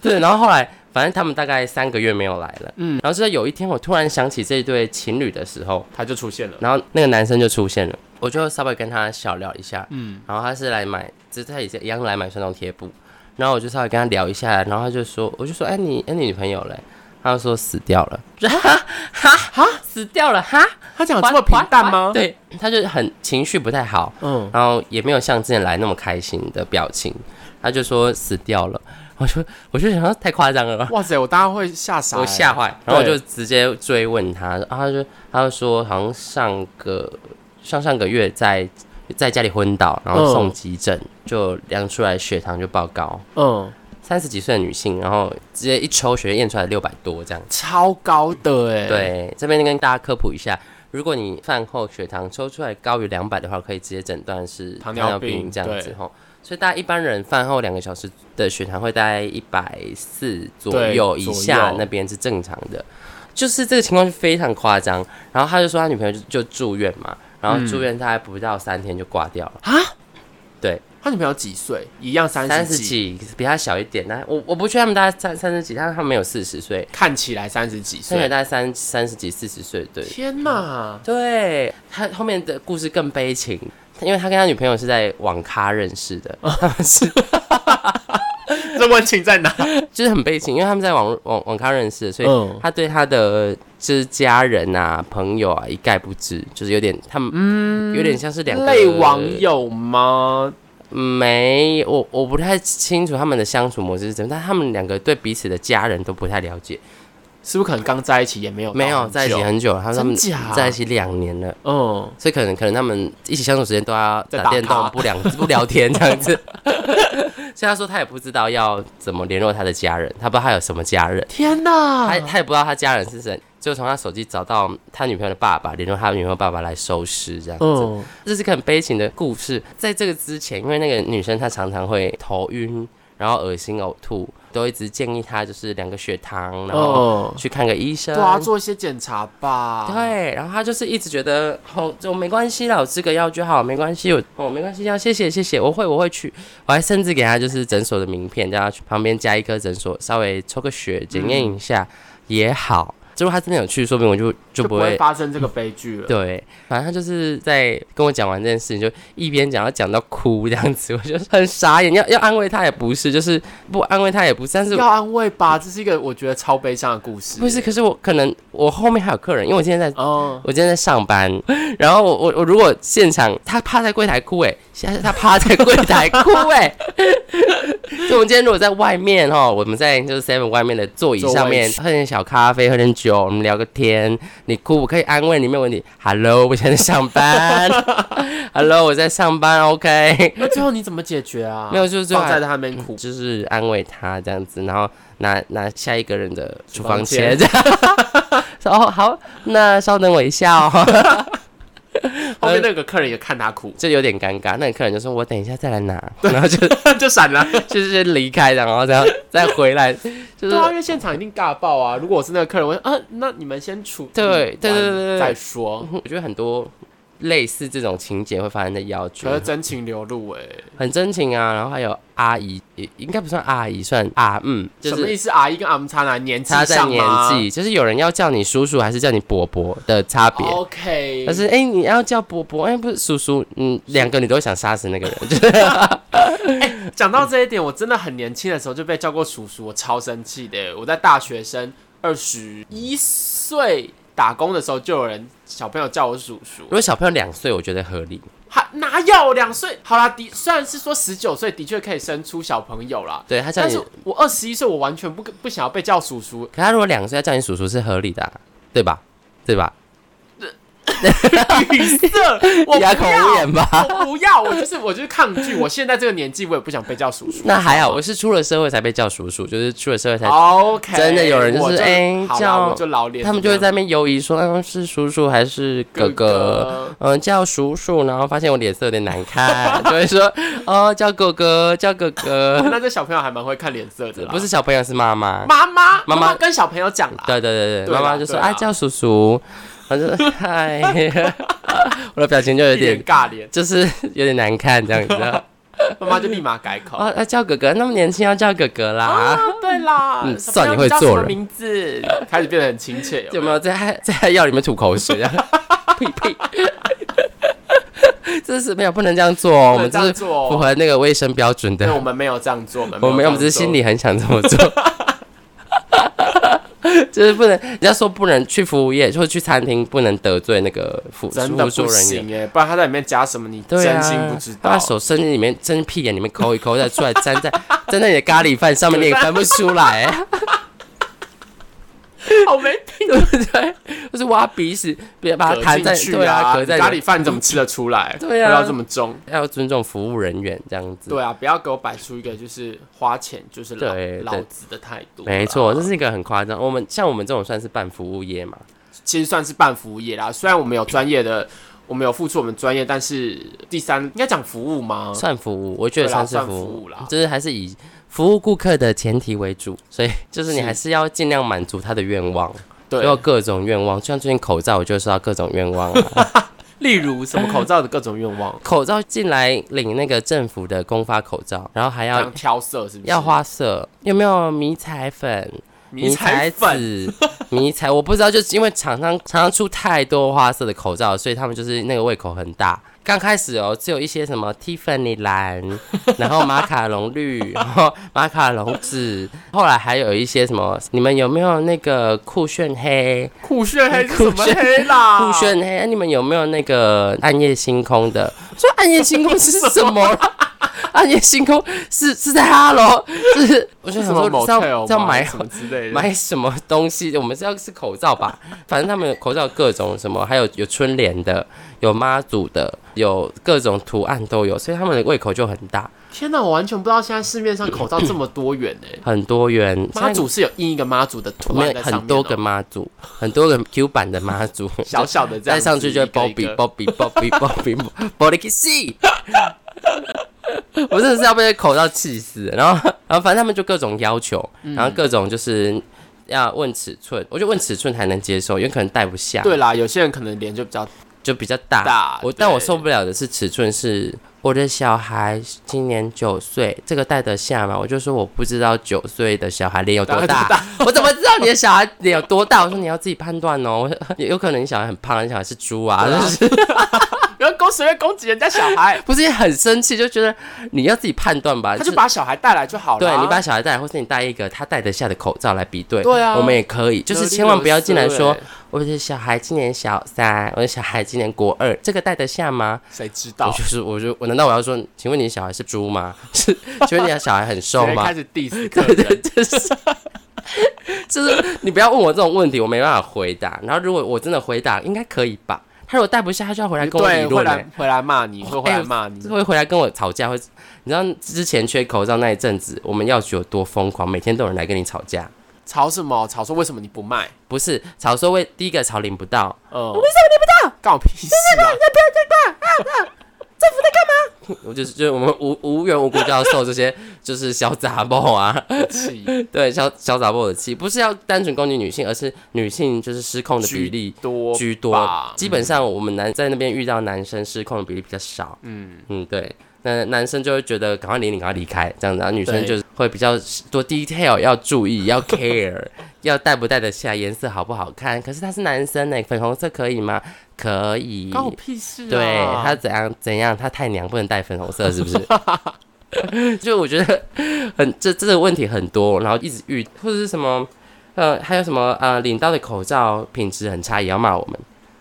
对，然后后来反正他们大概三个月没有来了，嗯，然后直到有一天我突然想起这一对情侣的时候，
它就出现了。
然后那个男生就出现了，我就稍微跟他小聊一下，嗯，然后他是来买，只是他也是一样来买酸痛贴布，然后我就稍微跟他聊一下，然后他就说，我就说，哎你哎你女朋友嘞？他就说死掉了，我说哈哈哈死掉了哈。
他讲得啊这么平淡吗？，
对，他就很情绪不太好，
嗯，
然后也没有像之前来那么开心的表情，他就说死掉了。我说我就想说太夸张了吧，
哇塞，我当然会吓 傻欸，
我吓坏，然后我就直接追问他，然后他就他就说好像上个上上个月在在家里昏倒，然后送急诊，就量出来血糖就报高。
嗯，
三十几岁的女性，然后直接一抽血验出来六百多这样。
超高的哎，，
对，这边跟大家科普一下，如果你饭后血糖抽出来高于两百的话，可以直接诊断是
糖尿
尿
病
这样子
对
吼。所以大家一般人饭后两个小时的血糖会在一百四左
对
右以
左
下
右，
那边是正常的。就是这个情况是非常夸张，然后他就说他女朋友就就住院嘛，然后住院大概不到三天就挂掉了，
他女朋友几岁？一样三
嗯三
十
十几比他小一点，但我我不确定他们大概三三十几，但是他们有四十岁，
看起来三十几
现在
岁。
大概三三十几四十岁，对，
天哪！
对他后面的故事更悲情，因为他跟他女朋友是在网咖认识的，
哦
他们是
这温情在哪？
就是很悲情，因为他们在网网网咖认识的，所以
嗯，
他对他的就是家人啊、朋友啊一概不知，就是有点他们嗯，有点像是两个嗯
类网友吗？
没我我不太清楚他们的相处模式是怎么，但他们两个对彼此的家人都不太了解，
是不是可能刚在一起也没有
没
到
有
哦很
在一起
久
很久了，他们
真假
在一起两年了。
嗯，
所以可能可能他们一起相处时间都要
在
打
打
电
卡
动，不聊不聊天这样子，所以他说他也不知道要怎么联络他的家人，他不知道他有什么家人，
天哪
他！他也不知道他家人是谁，就从他手机找到他女朋友的爸爸，联络他女朋友爸爸来收尸这样子。
嗯，
这是个很悲情的故事。在这个之前，因为那个女生她常常会头晕，然后恶心、呕吐，都一直建议她就是量个血糖，然后
哦，
去看个医生。
对啊，做一些检查吧。，
对，啊然后她就是一直觉得哦，就没关系啦，我吃个药就好，没关系，我哦没关系，这样谢谢谢谢，我会我会去，我还甚至给她就是诊所的名片，叫她去旁边加一颗诊所，稍微抽个血检验一下、也好。如果她真的有去，说不定我就就
就
不
不
会
会发生这个悲剧了。
对，反正他就是在跟我讲完这件事情，就一边讲要讲到哭这样子，我就很傻眼。要 要安慰他也不是，就是不安慰他也不是，但是
要安慰吧，这是一个我觉得超悲伤的故事。
不是？，可是我可能我后面还有客人，因为我今天在
哦，
我今天在上班， 然后我我我如果现场他趴在柜台哭哎、欸，现在是他趴在柜台 哭哎、欸， 所以我们今天如果在外面哈，我们在就是 seven 外面的座椅上面喝点小咖啡，喝点酒，我们聊个天，你哭我可以安慰你，没有问题。Hello，我现在在上 班，Hello，我在上班，OK，
那最后你怎么解决啊？
没有就是最后
放在
还
他那边哭。
就是安慰他这样子，然后拿拿下一个人的处
房
方钱 这样。说哦好，那稍等我一下哦。嗯
后
呃
面那个客人也看他哭，
这有点尴尬。那个客人就说：“我等一下再来拿。” 然后就
就闪了。
就是先离开，然后这样再回来，就是
对啊，因为现场一定尬爆啊！如果我是那个客人，我会啊，那你们先处理
对对对
完
对对
再说。
我觉得很多类似这种情节会发生在药局
可，是真情流露哎、
很真情啊。然后还有阿姨，也应该不算阿姨，算阿嗯，就
什么
是
意思？阿姨跟阿姆差哪年纪
差在
上
年
吗
纪，就是有人要叫你叔叔还是叫你伯伯的差别。
哦？OK，
但是哎、你要叫伯伯，哎、不是叔叔，嗯，两个你都想杀死那个人， 就是
讲到这一点，我真的很年轻的时候就被叫过叔叔，我超生气的欸。我在大学生二十一岁打工的时候，就有人小朋友叫我叔叔
如。果小朋友两岁，我觉得合理。
哈，哪有两岁？好啦，的虽然是说十九岁的确可以生出小朋友啦，
对他叫
但
你，
是
可
我二十一岁，我完全不不想要被叫叔叔。
他如果两岁要叫你叔叔是合理的啊、对吧？对吧？
语塞， 我不
哑口无
要，
言吧。
我不要，我就是我就是抗拒。我现在这个年纪，我也不想被叫叔叔。
那还好，我是出了社会才被叫叔叔，就是出了社会才，
OK，
真的有人就是
我就
哎
好啦
叫
我就老 脸，
他们就会在那边犹疑说，嗯，是叔叔还是哥哥？
哥。
嗯，叫叔叔，然后发现我脸色有点难看，就会说， 哦，叫哥哥，叫哥哥，
那这小朋友还蛮会看脸色的啦，
不是小朋友是妈妈。
妈妈，
妈妈
妈跟小朋友讲啦，
对对对
对
对，
啦
妈妈就说
对啦
啊，叫叔叔，我就 说嗨， 我的表情就有
一脸
点，
尬脸，
就是有点难看这样子。
妈妈就立马改口。
哦，啊，叫哥哥，那么年轻要叫哥哥啦。
啊，对啦，
嗯
小朋友
算你会
叫
做
什么
人
名字开始变得很亲切，
有
有没
没
有？
有在在药里面吐口水 啊？呸 呸！这是没有不能这样做 哦，我们这
这样
是符
做，
合那个卫生标准
对，我
的。
们没有这样做，我们
我没有，我们
这
只是
样做
心里很想这么做。 就是不能，人家说不能去服务业，或者去餐厅不能得罪那个服
真
服
的
务
不
桌人员。
行哎，不然他在里面加什么，你
对啊，
真心不知
他把
道。
手伸进里面，伸进屁眼里面抠一抠，再出来粘在粘在你的咖喱饭上面，你也分不出来。
好没 品，
对不对？就是挖鼻屎，别把它弹在
进 去
对啊，隔在
咖
里
喱饭怎么吃得出来？
对啊
味道这么重。
要尊重服务人员这样子。
对啊，不要给我摆出一个就是花钱就是老
对
老
对
子的态度。
没错，这是一个很夸张。我们像我们这种算是半服务业嘛，
其实算是半服务业啦。虽然我们有专业的，我们有付出我们专业，但是第三应该讲服务吗？
算服务，我觉得
对啦
是
算
服
服务啦
就是还是以服务顾客的前提为主，所以就是你
是
还是要尽量满足他的愿望，
对，
有各种愿望。就像最近口罩，我就收到各种愿望 啊。
例如什么口罩的各种愿望，
口罩进来领那个政府的公发口罩，然后还
这
要
样挑色是不是？
要花色，有没有迷彩粉？
迷彩粉，
子、迷彩，我不知道，就是因为厂商厂商出太多花色的口罩，所以他们就是那个胃口很大。刚开始哦，只有一些什么 Tiffany 蓝，然后马卡龙绿，然后马卡龙紫，后来还有一些什么，你们有没有那个酷炫黑？
酷炫黑是什
酷
么
炫
黑啦？
酷炫黑，啊你们有没有那个暗夜星空的？我说暗夜星空是什 么？暗夜星空是是在哈喽，是我就
什
想
么
说是要
motel
是要买
什么之类 的。
买什么东西？我们是要是口罩吧？ 反正他们有口罩各种什么，还有有春联的，有妈祖的，有各种图案都有，所以他们的胃口就很大。
天哪，我完全不知道现在市面上口罩这么多元哎、
很多元。
妈祖是有印一个妈祖的
我
图案
们
在上面哦、
很多个妈祖，很多个 Q 版的妈祖，
小小的这
再
样子，
上去就会 Bobby
一个一个
Bobby Bobby Bobby Bobby Kissy。我真的是要被口罩气死了，然后然后反正他们就各种要求，
嗯
然后各种就是要问尺寸，我觉得问尺寸还能接受，因为可能戴不下，
对啦，有些人可能脸就比较
就比较大。
大
我
对
但我受不了的是尺寸是。我的小孩今年九岁，这个戴得下吗？我就说我不知道九岁的小孩脸有多大， 我怎么知道你的小孩脸有多大？我说你要自己判断哦。我说有可能你小孩很胖，你小孩是猪啊，
对啊
就是
不要攻随便攻击人家小孩，
不是也很生气，就觉得你要自己判断吧。
他
就
就把小孩带来就好了。
对你把小孩带来，或是你戴一个他戴得下的口罩来比对，
对啊
我们也可以，就是
有理
千万不要
有
进来
色
说
欸
我的小孩今年小三，我的小孩今年国二，这个戴得下吗？
谁知
我
道？
就是，我就我难道我要说，请问你小孩是猪吗？ 是，请问你的小孩很瘦
直 接
吗
开？始 diss 客
对对，
人，
就是就是你不要问我这种问题，我没办法回答。然后如果我真的回答，应该可以吧？他如果戴不下，他就要回来跟我理
对，会
论、欸
来。回来骂你，会回来骂你。
会回来跟我吵架，会你知道之前缺口罩那一阵子，我们药局有多疯狂，每天都有人来跟你吵架，
吵什么？吵说为什么你不卖？
不是吵说为第一个吵领不到，
嗯，为什么你不到？干我屁事啊！
我就是就是我们无无缘无故就要受这些就是小杂毛啊，
气
对小小杂毛的气，不是要单纯攻击女性，而是女性就是失控的比例。
多
居多
吧，
基本上我们男在那边遇到男生失控的比例比较少。
嗯，
嗯，对，那男生就会觉得赶快理你，赶快离开这样子，然后女生
对
就是会比较多 detail 要注意，要 care，要戴不戴得下，颜色好不好看。可是他是男生呢，粉红色可以吗？可以。
关我屁事啊！
对他怎样怎样，他太娘不能戴粉红色是不是？ 就我觉得很这这个问题很多，然后一直遇或者是什么。呃，还有什么呃，领到的口罩品质很差，也要骂我们。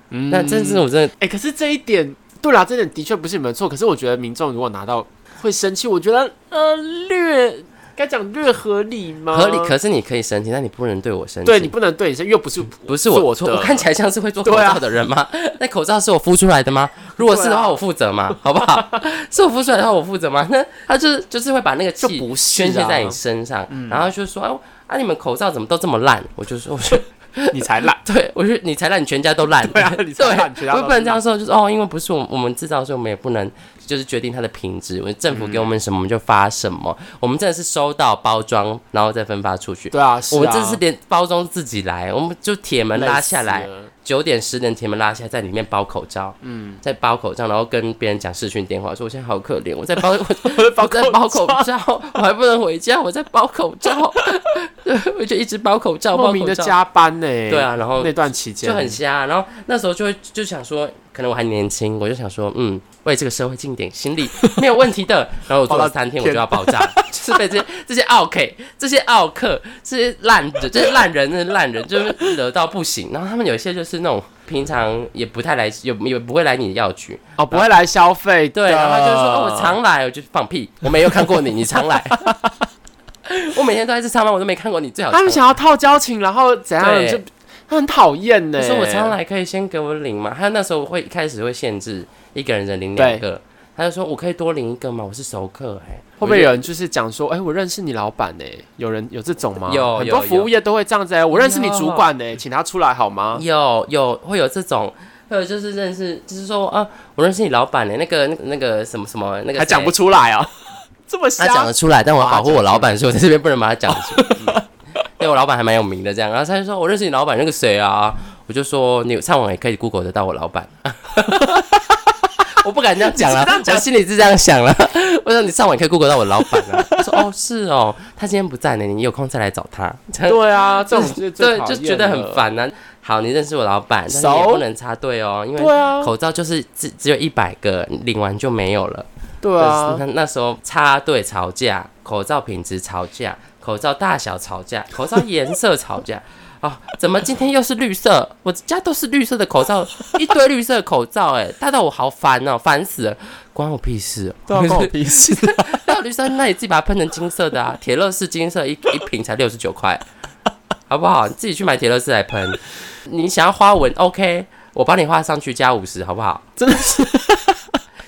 嗯
那真是我真的
哎、可是这一点，对啦，这点的确不是你们错。可是我觉得民众如果拿到会生气，我觉得呃略该讲略合理吗？
合理，可是你可以嗯生气，但你不能对我生气。
对你不能对你生气，又不是
不是我
做
错，
的
我看起来像是会做口
对啊
罩的人吗？那口罩是我敷出来的吗？如果是的
对啊
话，我负责嘛，好不好？是我敷出来的话，我负责吗？那他就是就是会把那个
就
气
不是、啊、嗯
宣泄在你身上，然后就说啊啊，你们口罩怎么都这么烂？我就说， 我说，。
你才烂
对我说你才烂，你全家都烂。
对啊，你才烂，其他
我
都
也不能这样说，就是哦，因为不是我们我们制造，所以我们也不能就是决定它的品质。我们政府给我们什么，我们就发什么。我们真的是收到包装，然后再分发出去。
嗯对啊，是 啊
我们这次连包装自己来，我们就铁门拉下来
累死，了
九点十点铁门拉下来，在里面包口罩，嗯，在包口罩，然后跟别人讲视讯电话，说我现在好可怜，我在 包我我在包口罩，我还不能回家，我在包口罩， 对，我就一直包口罩，
莫
包
名
口
的
罩，
加班呢、
对，啊，然后
那段期间
就很瞎。然后那时候就会就想说，可能我还年轻，我就想说，嗯，为这个社会尽点心力没有问题的。然后我做了三天，我就要爆炸， 就是被这些这些奥 K、这些奥克、这些烂人、这些烂人、那烂人，就是惹到不行。然后他们有一些就是那种平常也不太来，也也不会来你的药局，
哦，不会来消费的，
对，然后他就说、哦、我常来，我就放屁，我没有看过你，你常来。 我每天都在这上班，我都没看过你，最好
他们
常
想要套交情，然后怎样
对
就他很讨厌呢。
可是我常来可以先给我领吗？他那时候会一开始会限制一个人只能领两个，他就说我可以多领一个吗？我是熟客哎、
会不会有人就是讲说，哎、我认识你老板呢、有人有这种吗？
有
很多
有
服务业都会这样子、欸。我认识你
有
主管呢、欸请他出来好吗？
有有会有这种？会有就是认识，就是说啊，我认识你老板呢、那个那个那个什么什么那个
还讲不
出，
出来啊？ 这么
他讲
瞎
得？出来，但我
哇
保护我老板，所以我在这边不能把他讲
哦
出。嗯对我老板还蛮有名的，这样，然后他就说我认识你老板那个谁啊，我就说你上网也可以 Google 得到我老 板。我不敢这样讲了，我心里是这样想了。我说你上网也可以 Google 到我老板啊。他说哦是哦，他今天不在呢，你有空再来找他。
对啊，这种就
对，就觉得很。烦啊。好，你认识我老板，但是你也
熟
不能插队哦，因
对
为
啊，
口罩就是只只有一百个，领完就没有了。
对啊
那，那时候插队吵架，口罩品质吵架，口罩大小吵架，口罩颜色吵架。 哦，怎么今天又是绿色？我家都是绿色的口罩，一堆绿色的口罩、哎，大到我好烦哦，烦死了，关我屁事、哦
对啊，关我屁事。
那有绿色，那你自己把它喷成金色的啊！铁 乐士金色一一瓶才六十九块，好不好？你自己去买铁乐士来喷。你想要花纹，OK，我帮你画上去加五十，好不好？
真
的是，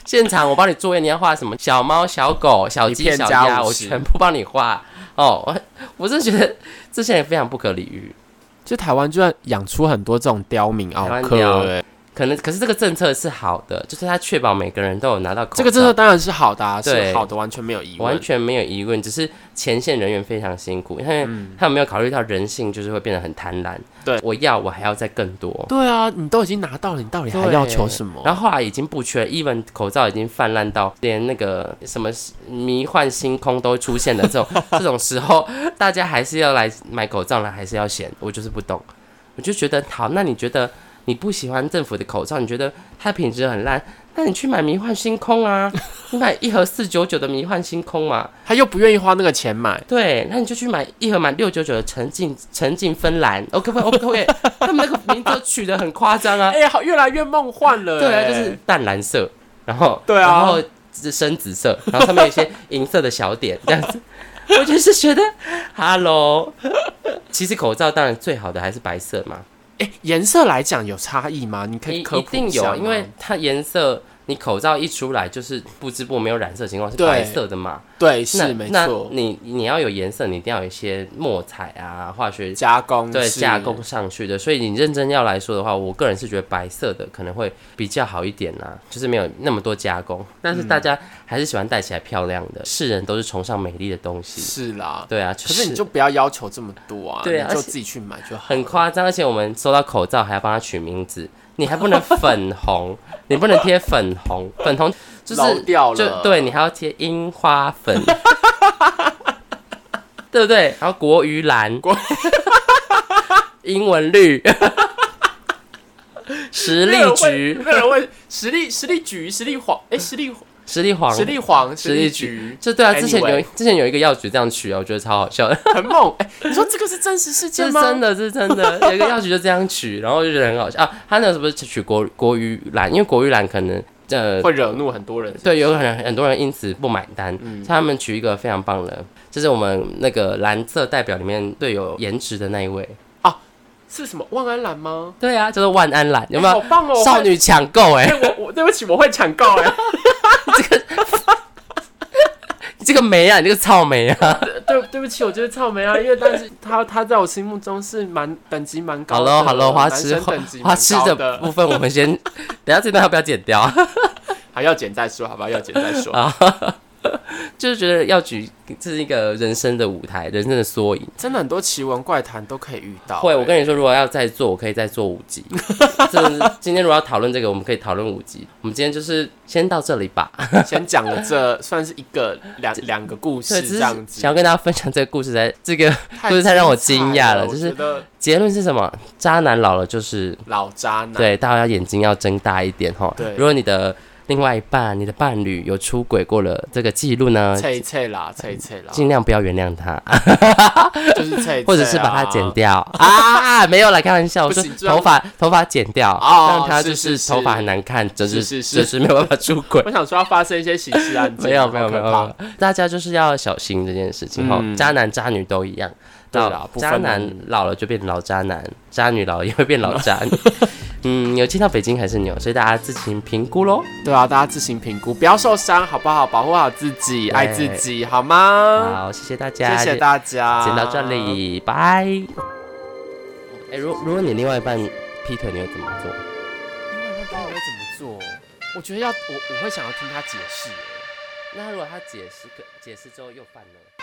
现场我帮你作业，你要画什么小猫、小狗、小
一
鸡、
片
小
加
鸭，
50
我全部帮你画。哦，我我真的觉得这些人非常不可理喻。
就台湾居然养出很多这种刁民
台
奥
湾
克、
刁
欸，
可能可是这个政策是好的，就是它确保每个人都有拿到口罩
这个政策当然是好的、啊，是
对
好的，完全没有疑
完
问。
全没有疑问，只是前线人员非常辛苦，因为他们没有考虑到人性，就是会变得很贪婪。
嗯对
我要我还要再更多。
对啊，你都已经拿到了，你到底还
对
要求什么？
然后后来已经不缺，even 口罩已经泛滥到连那个什么迷幻星空都出现了 这种这种时候，大家还是要来买口罩了，还是要嫌我就是不懂，我就觉得好，那你觉得你不喜欢政府的口罩，你觉得它品质很烂，那你去买迷幻星空 啊，你买一盒四九九的迷幻星空嘛，
他又不愿意花那个钱买，
对，那你就去买一盒买六九九的沉浸沉浸芬兰，O K 不 O K 不 OK，他们那个名字都取得很夸张啊
哎、，好，越来越梦幻了、
对啊，
欸
就是淡蓝色，然后
对啊
然后是深紫色，然后上面有一些银色的小点，这样 子。我就是觉得，Hello，其实口罩当然最好的还是白色嘛，
哎颜、色来讲有差异吗？你可
一
以科
一
普
定
下
有，
吗
因为它颜色，你口罩一出来就是不知不没有染色的情况是
对
白色的嘛，
对
那
是没
那
错，
你你要有颜色，你一定要有一些墨彩啊、化学
加工
对
嗯是
架构上去的，所以你认真要来说的话，我个人是觉得白色的可能会比较好一点啦、就是没有那么多加工。但是大家还是喜欢戴起来漂亮的，世人都是崇尚美丽的东西。
是啦。
对啊，就
嗯可是你就不要要求这么多啊，
对啊
你就
而且
自己去买就好。
很夸张，而且我们收到口罩还要帮它取名字，你还不能粉红，你不能贴粉红，粉红就是
老掉了
就对你还要贴樱花粉，对不对？然后国语蓝，
国
英文绿，实力橘，
没有人会实力实力局实力黄哎实力
实力黄，
实力黄
实力
局
就对啊，之前有
Anyway
之前有一个药局这样取啊，我觉得超好笑的。
很猛哎，你说这个是真实事
这
件
是
吗？
真的，这是真的。有一个药局就这样取，然后就觉得很好笑啊。他那个是不是取国国语兰？因为国语兰可能呃，
会惹怒很多人。
对，有可能很多人因此不买单，所
嗯
以他们取一个非常棒的，这是我们那个蓝色代表里面最有颜值的那一位。
是什么万安兰吗？
对啊，就是万安蓝，有没
哎好
有？
棒哦！我
少女抢购哎
哎，，我我对不起，我会抢购哎，
你这个梅啊，你这个草莓啊！
对对不起，我觉得草莓啊，因为但是他他在我心目中是蛮等级蛮
好
高的。
喽好喽，花痴
男生
花
等级蛮
花痴
高
的
的
部分我们 先，等一下这段要不要剪掉啊？
还要剪再说，好不好？要剪再说。
就是觉得要举这是一个人生的舞台，人生的缩影。
真的很多奇闻怪谈都可以遇到。
会，我
你
跟你说，如果要再做，我可以再做五集。真的是，今天如果要讨论这个，我们可以讨论五集。我们今天就是先到这里吧。
欸先讲了这算是一个两两个故
对，只
事这
是
样子，
想要跟大家分享这个故事才 这个
太
不是太让我
精彩
惊讶了
我
就是
觉得
结论是什么？渣男老了就是
老渣男。
对，大家眼睛要睁大一点哈。
对
如果你的另外一半、你的伴侣有出轨过了这个记录呢，
脆脆
嗯
啦，脆脆啦，
尽量不要原 谅他，
就是脆脆啊，
或者是把它剪掉 啊！没有啦，开玩笑，我
不
说
行这样
头发头发剪掉，
哦
让他就是是
是
头发很难看，就是是
是
就是没有办法出轨。
我想说要发生一些刑事案件，
没有没有没有，没
好可
有大家就是要小心这件事情哈、
嗯
渣男渣女都一样，
对啦
老
不分
渣
男
男
女
老了就变老渣男，渣女老了也会变老渣 女。嗯，有听到北京还是牛，所以大家自行评估喽。
怕对啊，大家自行评估，不要受伤，好不好？保护好自
对
己，爱自己，好吗？
好，谢嗯谢大
谢
家，
谢大家，
剪到这。里，拜。哎、如如果你另外一半劈腿，你会怎么做？
我会怎么做？我觉得要我我会想要听他解释。
那如果他解释个解释之后又犯了？